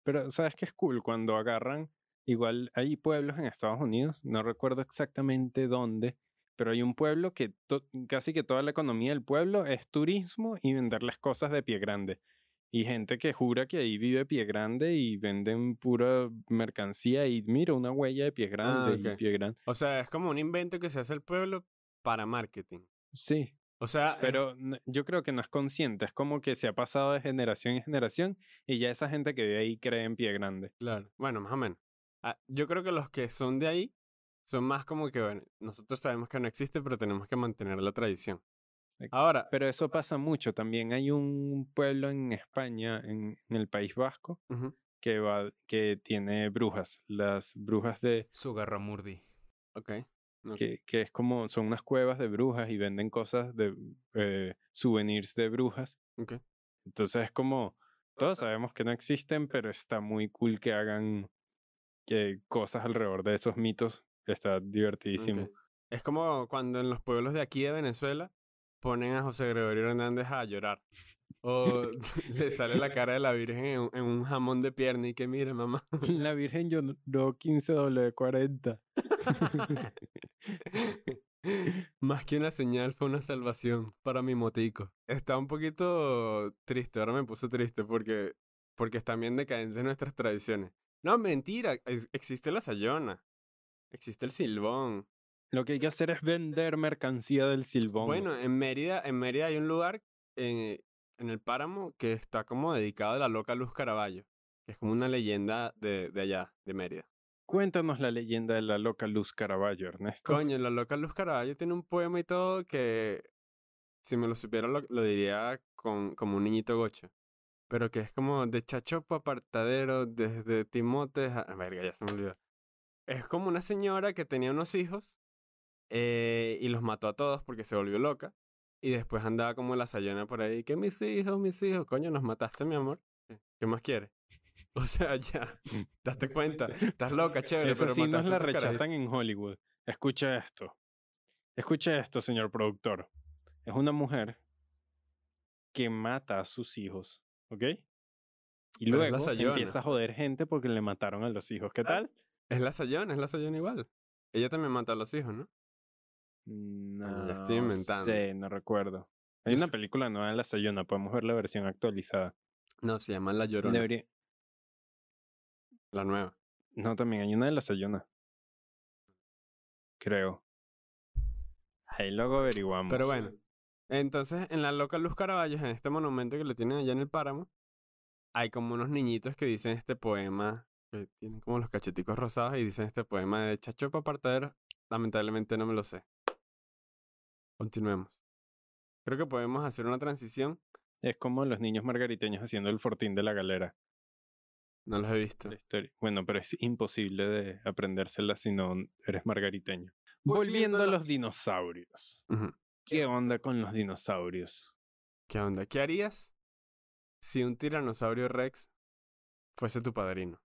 Speaker 2: Pero sabes que es cool cuando agarran, igual hay pueblos en Estados Unidos, no recuerdo exactamente dónde, pero hay un pueblo que to- casi que toda la economía del pueblo es turismo y venderles cosas de pie grande. Y gente que jura que ahí vive pie grande y venden pura mercancía y mira una huella de pie grande y
Speaker 1: ok.
Speaker 2: pie grande.
Speaker 1: O sea, es como un invento que se hace el pueblo para marketing.
Speaker 2: Sí,
Speaker 1: O sea, es-
Speaker 2: pero n- yo creo que no es consciente, es como que se ha pasado de generación en generación y ya esa gente que vive ahí cree en pie grande.
Speaker 1: Claro. Bueno, más o menos. Ah, yo creo que los que son de ahí son más como que, bueno, nosotros sabemos que no existe, pero tenemos que mantener la tradición.
Speaker 2: Ex-
Speaker 1: Ahora,
Speaker 2: Pero eso pasa mucho. También hay un pueblo en España, en, en el País Vasco,
Speaker 1: Ujú.
Speaker 2: que, va, que tiene brujas. Las brujas de...
Speaker 3: Sugarramurdi.
Speaker 1: ok. Ok.
Speaker 2: Que, que es como... Son unas cuevas de brujas y venden cosas de... eh, souvenirs de brujas.
Speaker 1: Ok.
Speaker 2: Entonces es como... Todos sabemos que no existen, pero está muy cool que hagan que cosas alrededor de esos mitos. Está divertidísimo.
Speaker 1: ok. [LAUGHS] Es como cuando en los pueblos de aquí de Venezuela ponen a José Gregorio Hernández a llorar. O [LAUGHS] le sale la cara de la Virgen en, un- en un jamón de pierna y que mire, mamá.
Speaker 2: [LAUGHS] La Virgen lloró 15 doble 40.
Speaker 1: [LAUGHS] Más que una señal fue una salvación para mi motico. Está un poquito triste, ahora me puso triste porque, porque están bien decadentes nuestras tradiciones. No, mentira, es- existe la sayona, existe el silbón.
Speaker 2: Lo que hay que hacer es vender mercancía del silbón.
Speaker 1: Bueno, en Mérida, en Mérida hay un lugar en, en el páramo que está como dedicado a la loca Luz Caraballo, que es como una leyenda de, de allá, de Mérida.
Speaker 2: Cuéntanos la leyenda de la loca Luz Caraballo, Ernesto.
Speaker 1: Coño, la loca Luz Caraballo tiene un poema y todo que si me lo supiera lo, lo diría con, como un niñito gocho. Pero que es como de chachopo apartadero desde Timotes a... Verga, ya se me olvidó. Es como una señora que tenía unos hijos eh, y los mató a todos porque se volvió loca. Y después andaba como la sayona por ahí, que mis hijos, mis hijos, coño, nos mataste, mi amor. ¿Qué más quieres? [LAUGHS] O sea, ya,
Speaker 2: [LAUGHS]
Speaker 1: date cuenta, estás loca, chévere,
Speaker 2: Mm. Eso
Speaker 1: pero
Speaker 2: sí nos
Speaker 1: mataste
Speaker 2: la
Speaker 1: a tu ¿eh? carajito.
Speaker 2: rechazan en Hollywood. Escucha esto. Escucha esto, señor productor. Es una mujer que mata a sus hijos, ¿ok? Y
Speaker 1: Pero es la
Speaker 2: luego
Speaker 1: Sayona. Ah.
Speaker 2: empieza a joder gente porque le mataron a los hijos. ¿Qué tal?
Speaker 1: Es la Sayona, es la Sayona igual. Ella también mata a los hijos, ¿no?
Speaker 2: No
Speaker 1: estoy inventando.
Speaker 2: sé, no recuerdo. Hay
Speaker 1: Yo
Speaker 2: una
Speaker 1: sé-
Speaker 2: película nueva de La Sayona, podemos ver la versión actualizada.
Speaker 1: No, se llama La Llorona,
Speaker 2: Debería...
Speaker 1: la nueva.
Speaker 2: No, también hay una de La Sayona. Creo. Ahí luego averiguamos.
Speaker 1: Pero bueno, entonces en la loca Luz Caraballos, en este monumento que le tienen allá en el páramo, hay como unos niñitos que dicen este poema, que tienen como los cacheticos rosados y dicen este poema de Chachopa Partadero. Lamentablemente no me lo sé. Continuemos. Creo que podemos hacer una transición.
Speaker 2: Es como los niños margariteños haciendo el fortín de la galera.
Speaker 1: No los he visto.
Speaker 2: la historia. Bueno, pero es imposible de aprendérsela si no eres margariteño. Volviendo a los dinosaurios.
Speaker 1: Ujú.
Speaker 2: ¿Qué onda con los dinosaurios?
Speaker 1: ¿Qué onda? ¿Qué harías si un tiranosaurio Rex fuese tu padrino?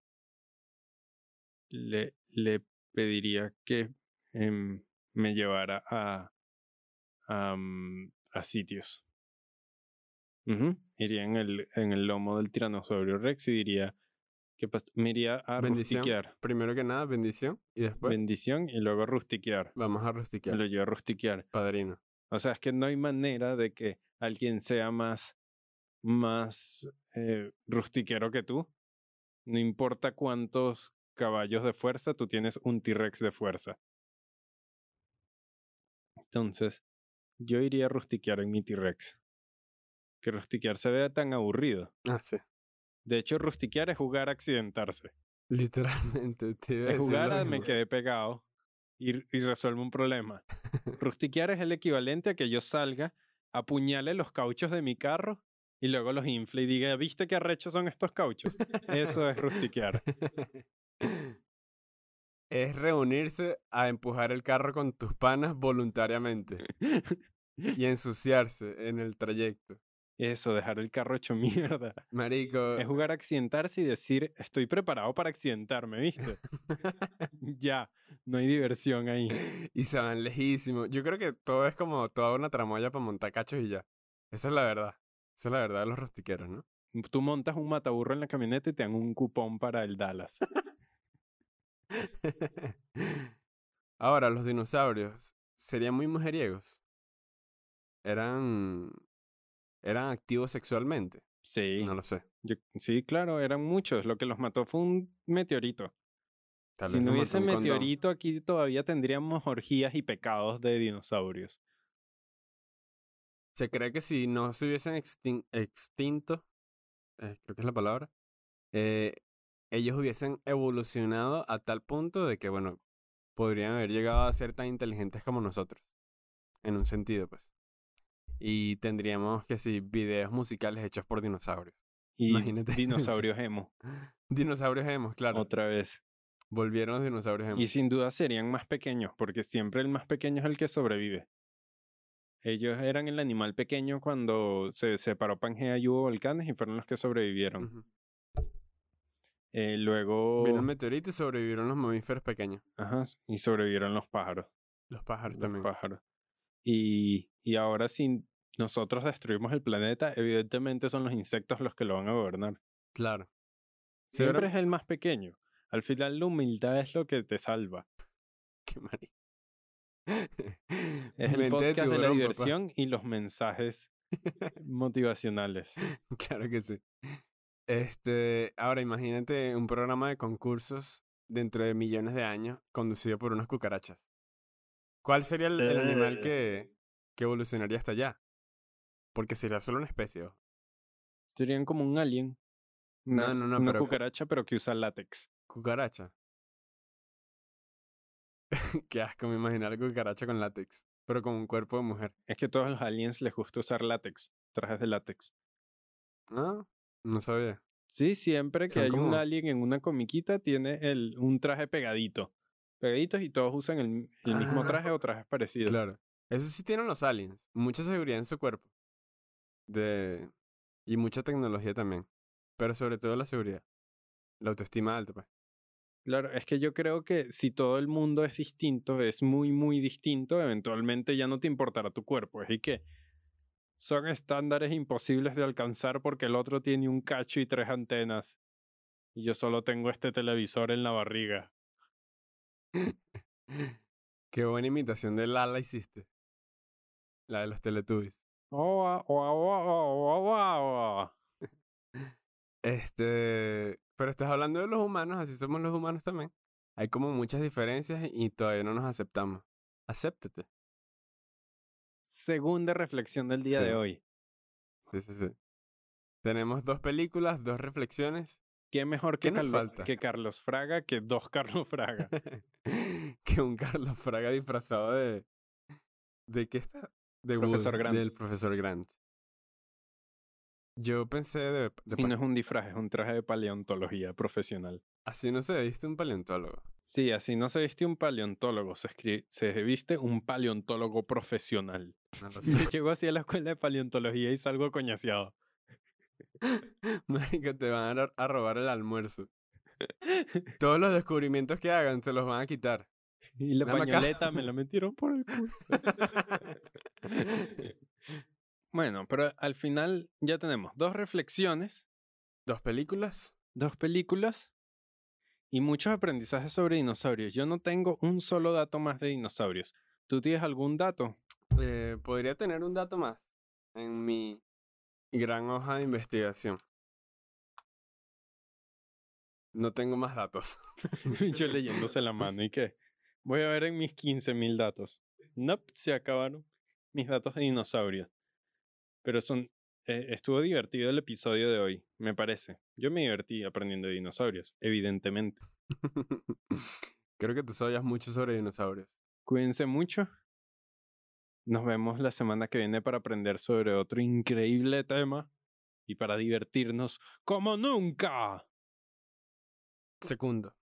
Speaker 2: Le, le pediría que em, me llevara a, a, mm, a sitios. Ujú. Iría en el, en el lomo del tiranosaurio Rex y diría que pas- me iría a
Speaker 1: Bendición.
Speaker 2: rustiquear.
Speaker 1: Primero que nada, bendición. Y después
Speaker 2: Bendición y luego rustiquear.
Speaker 1: vamos a
Speaker 2: Me
Speaker 1: rustiquear.
Speaker 2: lo llevo a rustiquear.
Speaker 1: Padrino.
Speaker 2: O sea, es que no hay manera de que alguien sea más, más eh, rustiquero que tú. No importa cuántos caballos de fuerza, tú tienes un T-Rex de fuerza. Entonces, yo iría a rustiquear en mi T-Rex. Que rustiquear se vea tan aburrido.
Speaker 1: Ah, sí. [LAUGHS]
Speaker 2: De hecho, rustiquear es jugar a accidentarse.
Speaker 1: Literalmente, te iba a
Speaker 2: De
Speaker 1: decir
Speaker 2: jugar
Speaker 1: lo
Speaker 2: a me
Speaker 1: mismo.
Speaker 2: quedé pegado y, y resuelvo un [LAUGHS] problema. Rustiquear es el equivalente a que yo salga, apuñale los cauchos de mi carro y luego los infle y diga, ¿viste qué arrechos son estos cauchos? Eso es [LAUGHS] rustiquear.
Speaker 1: [LAUGHS] Es reunirse a empujar el carro con tus panas voluntariamente
Speaker 2: [LAUGHS]
Speaker 1: y ensuciarse en el trayecto.
Speaker 2: Eso, dejar el carro hecho mierda.
Speaker 1: Marico,
Speaker 2: Es jugar a accidentarse y decir, estoy preparado para accidentarme, [LAUGHS] ¿viste? ya, no hay diversión ahí.
Speaker 1: y se van lejísimos. Yo creo que todo es como toda una tramoya para montar cachos y ya. Esa es la verdad. Esa es la verdad de los rostiqueros, ¿no?
Speaker 2: Tú montas un mataburro en la camioneta y te dan un cupón para el Dallas.
Speaker 1: [LAUGHS] Ahora, los dinosaurios serían muy mujeriegos. Eran. Eran activos sexualmente.
Speaker 2: Sí.
Speaker 1: No lo sé.
Speaker 2: Yo- sí, claro, eran muchos. Lo que los mató fue un meteorito.
Speaker 1: Tal
Speaker 2: si
Speaker 1: vez
Speaker 2: no
Speaker 1: los mató
Speaker 2: hubiese
Speaker 1: un condón.
Speaker 2: meteorito, aquí todavía tendríamos orgías y pecados de dinosaurios.
Speaker 1: Se cree que si no se hubiesen extin- extinto, eh, creo que es la palabra, eh, ellos hubiesen evolucionado a tal punto de que, bueno, podrían haber llegado a ser tan inteligentes como nosotros. En un sentido, pues. Y tendríamos que sí, videos musicales hechos por dinosaurios.
Speaker 2: Y
Speaker 1: Imagínate [LAUGHS] eso.
Speaker 2: dinosaurios emo,
Speaker 1: Dinosaurios hemos, claro.
Speaker 2: otra vez.
Speaker 1: Volvieron los dinosaurios hemos.
Speaker 2: Y sin duda serían más pequeños, porque siempre el más pequeño es el que sobrevive. Ellos eran el animal pequeño cuando se separó Pangea y hubo volcanes y fueron los que sobrevivieron.
Speaker 1: Ujú.
Speaker 2: Eh, luego...
Speaker 1: Vino el meteorito y sobrevivieron los mamíferos pequeños.
Speaker 2: Ajá, y sobrevivieron los pájaros.
Speaker 1: Los pájaros
Speaker 2: los
Speaker 1: también.
Speaker 2: pájaros. Y, y ahora si nosotros destruimos el planeta, evidentemente son los insectos los que lo van a gobernar.
Speaker 1: Claro. Sí,
Speaker 2: Siempre
Speaker 1: ahora-
Speaker 2: es el más pequeño. Al final la humildad es lo que te salva.
Speaker 1: [LAUGHS] Qué marico.
Speaker 2: Es
Speaker 1: Mente
Speaker 2: el
Speaker 1: de
Speaker 2: podcast de, la
Speaker 1: tiburón, papá.
Speaker 2: diversión y los mensajes motivacionales.
Speaker 1: [LAUGHS] Claro que sí. Este, ahora imagínate un programa de concursos dentro de millones de años conducido por unas cucarachas. ¿Cuál sería el, el animal
Speaker 2: Eh.
Speaker 1: que, que evolucionaría hasta allá? Porque sería solo una especie. ojo.
Speaker 2: Serían como un alien.
Speaker 1: No,
Speaker 2: una-
Speaker 1: no, no,
Speaker 2: Una
Speaker 1: pero-
Speaker 2: cucaracha pero que usa látex.
Speaker 1: Cucaracha. [LAUGHS] Qué asco me imaginar cucaracha con látex, pero con un cuerpo de mujer.
Speaker 2: Es que a todos los aliens les gusta usar látex, trajes de látex.
Speaker 1: Ah, no sabía.
Speaker 2: Sí, siempre que
Speaker 1: Son
Speaker 2: hay un
Speaker 1: como-
Speaker 2: alien en una comiquita tiene el, un traje pegadito. Pegaditos y todos usan el, el mismo
Speaker 1: Ah,
Speaker 2: traje o trajes parecidos.
Speaker 1: Claro. Eso sí tienen los aliens. Mucha seguridad en su cuerpo. De... Y mucha tecnología también. Pero sobre todo la seguridad. La autoestima alta, pues.
Speaker 2: Claro, es que yo creo que si todo el mundo es distinto, es muy, muy distinto, eventualmente ya no te importará tu cuerpo. Así que son estándares imposibles de alcanzar porque el otro tiene un cacho y tres antenas. Y yo solo tengo este televisor en la barriga.
Speaker 1: Qué buena imitación de Lala hiciste. La de los Teletubbies.
Speaker 2: Oa, oa, oa, oa, oa, oa.
Speaker 1: Este... Pero estás hablando de los humanos, así somos los humanos también. Hay como muchas diferencias y todavía no nos aceptamos. Acéptate.
Speaker 2: Segunda reflexión del día
Speaker 1: Sí.
Speaker 2: de hoy.
Speaker 1: Sí, sí, sí. Tenemos dos películas, dos reflexiones. [LAUGHS]
Speaker 2: ¿Qué mejor
Speaker 1: ¿Qué
Speaker 2: que,
Speaker 1: nos
Speaker 2: Calva-
Speaker 1: falta?
Speaker 2: que Carlos Fraga que dos [LAUGHS] Carlos Fraga?
Speaker 1: que un Carlos Fraga disfrazado de. ¿De qué está? De Woody,
Speaker 2: Profesor Grant.
Speaker 1: Del profesor Grant. Yo pensé de. de
Speaker 2: y
Speaker 1: pa-
Speaker 2: no es un disfraz, es un traje de paleontología profesional.
Speaker 1: Así no se viste un paleontólogo.
Speaker 2: Sí, así no se viste un paleontólogo, se, escri- se viste un paleontólogo profesional. [LAUGHS]
Speaker 1: No [LAUGHS] lo
Speaker 2: Yo
Speaker 1: sé.
Speaker 2: llego así a la escuela de paleontología y salgo coñaseado.
Speaker 1: Marico, te van a, a robar el
Speaker 2: [LAUGHS]
Speaker 1: almuerzo. Todos los descubrimientos que hagan se los van a quitar.
Speaker 2: Y la
Speaker 1: Ven acá.
Speaker 2: pañoleta me la metieron por el culo. [LAUGHS] bueno, pero al final ya tenemos dos reflexiones,
Speaker 1: [LAUGHS] Dos películas.
Speaker 2: dos películas y muchos aprendizajes sobre dinosaurios. Yo no tengo un solo dato más de dinosaurios. ¿Tú tienes algún dato?
Speaker 1: Eh, podría tener un dato más en mi gran hoja de investigación. No tengo más datos. [LAUGHS]
Speaker 2: [LAUGHS] Yo leyéndose la mano y que voy a ver en mis 15 mil datos. No, se acabaron mis datos de dinosaurios. Pero son, eh, estuvo divertido el episodio de hoy, me parece. Yo me divertí aprendiendo de dinosaurios, evidentemente.
Speaker 1: Creo que tú sabías mucho sobre dinosaurios.
Speaker 2: Cuídense mucho. Nos vemos la semana que viene para aprender sobre otro increíble tema y para divertirnos como nunca.
Speaker 1: Segundo.